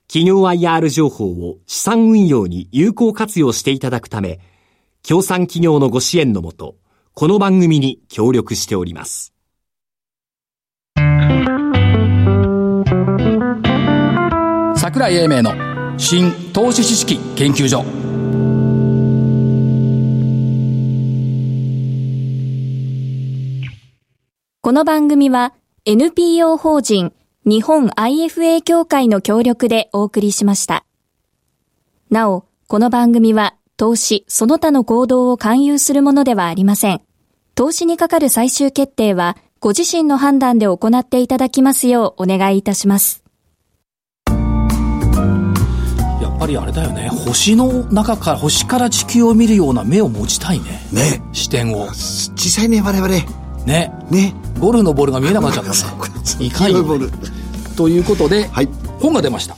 Speaker 6: 企業 IR 情報を資産運用に有効活用していただくため、協賛企業のご支援のもと、この番組に協力しております。
Speaker 1: 桜井英明の新投資知識研究所
Speaker 2: この番組は NPO 法人日本 IFA 協会の協力でお送りしました。なお、この番組は投資その他の行動を勧誘するものではありません。投資にかかる最終決定はご自身の判断で行っていただきますようお願いいたします。
Speaker 1: やっぱりあれだよね星の中から星から地球を見るような目を持ちたいね
Speaker 3: ね。
Speaker 1: 視点を
Speaker 3: 小さいね、我々。ね。
Speaker 1: ねゴルフのボールが見えなくなっちゃったねいかんよね
Speaker 3: 黄色いボー
Speaker 1: ということで、
Speaker 3: はい
Speaker 1: 本が出ました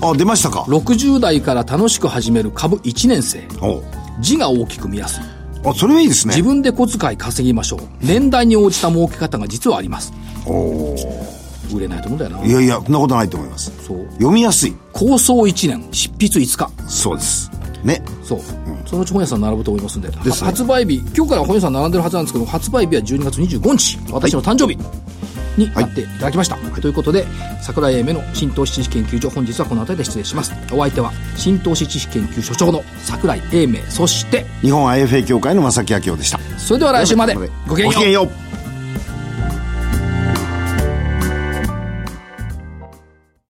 Speaker 3: ルあ、出ましたか。
Speaker 1: 60代から楽しく始める株1年生
Speaker 3: おう
Speaker 1: 字が大きく見やすい
Speaker 3: あ、それはいいですね
Speaker 1: 自。分で小遣い稼ぎましょう年代に応じた儲け方が実はあります
Speaker 3: お
Speaker 1: 売れないと思うんだよない
Speaker 3: やいや、そんなことないと思います。
Speaker 1: そう
Speaker 3: 読みやすい。
Speaker 1: 構想1年執筆5日
Speaker 3: そうです。ね。
Speaker 1: そう、そのうち本屋さん並ぶと思いますんで
Speaker 3: ですね
Speaker 1: は発売日今日から本屋さん並んでるはずなんですけど発売日は12月25日私の誕生日になっていただきました、ということで桜井英明の新投資知識研究所本日はこの辺りで失礼しますお相手は新投資知識研究所長の桜井英明そして
Speaker 3: 日本 IFA 協会の正木明夫でした。
Speaker 1: それでは来週まで
Speaker 3: ご
Speaker 1: ご
Speaker 3: き
Speaker 1: き
Speaker 3: げ
Speaker 1: げんようん
Speaker 3: よう。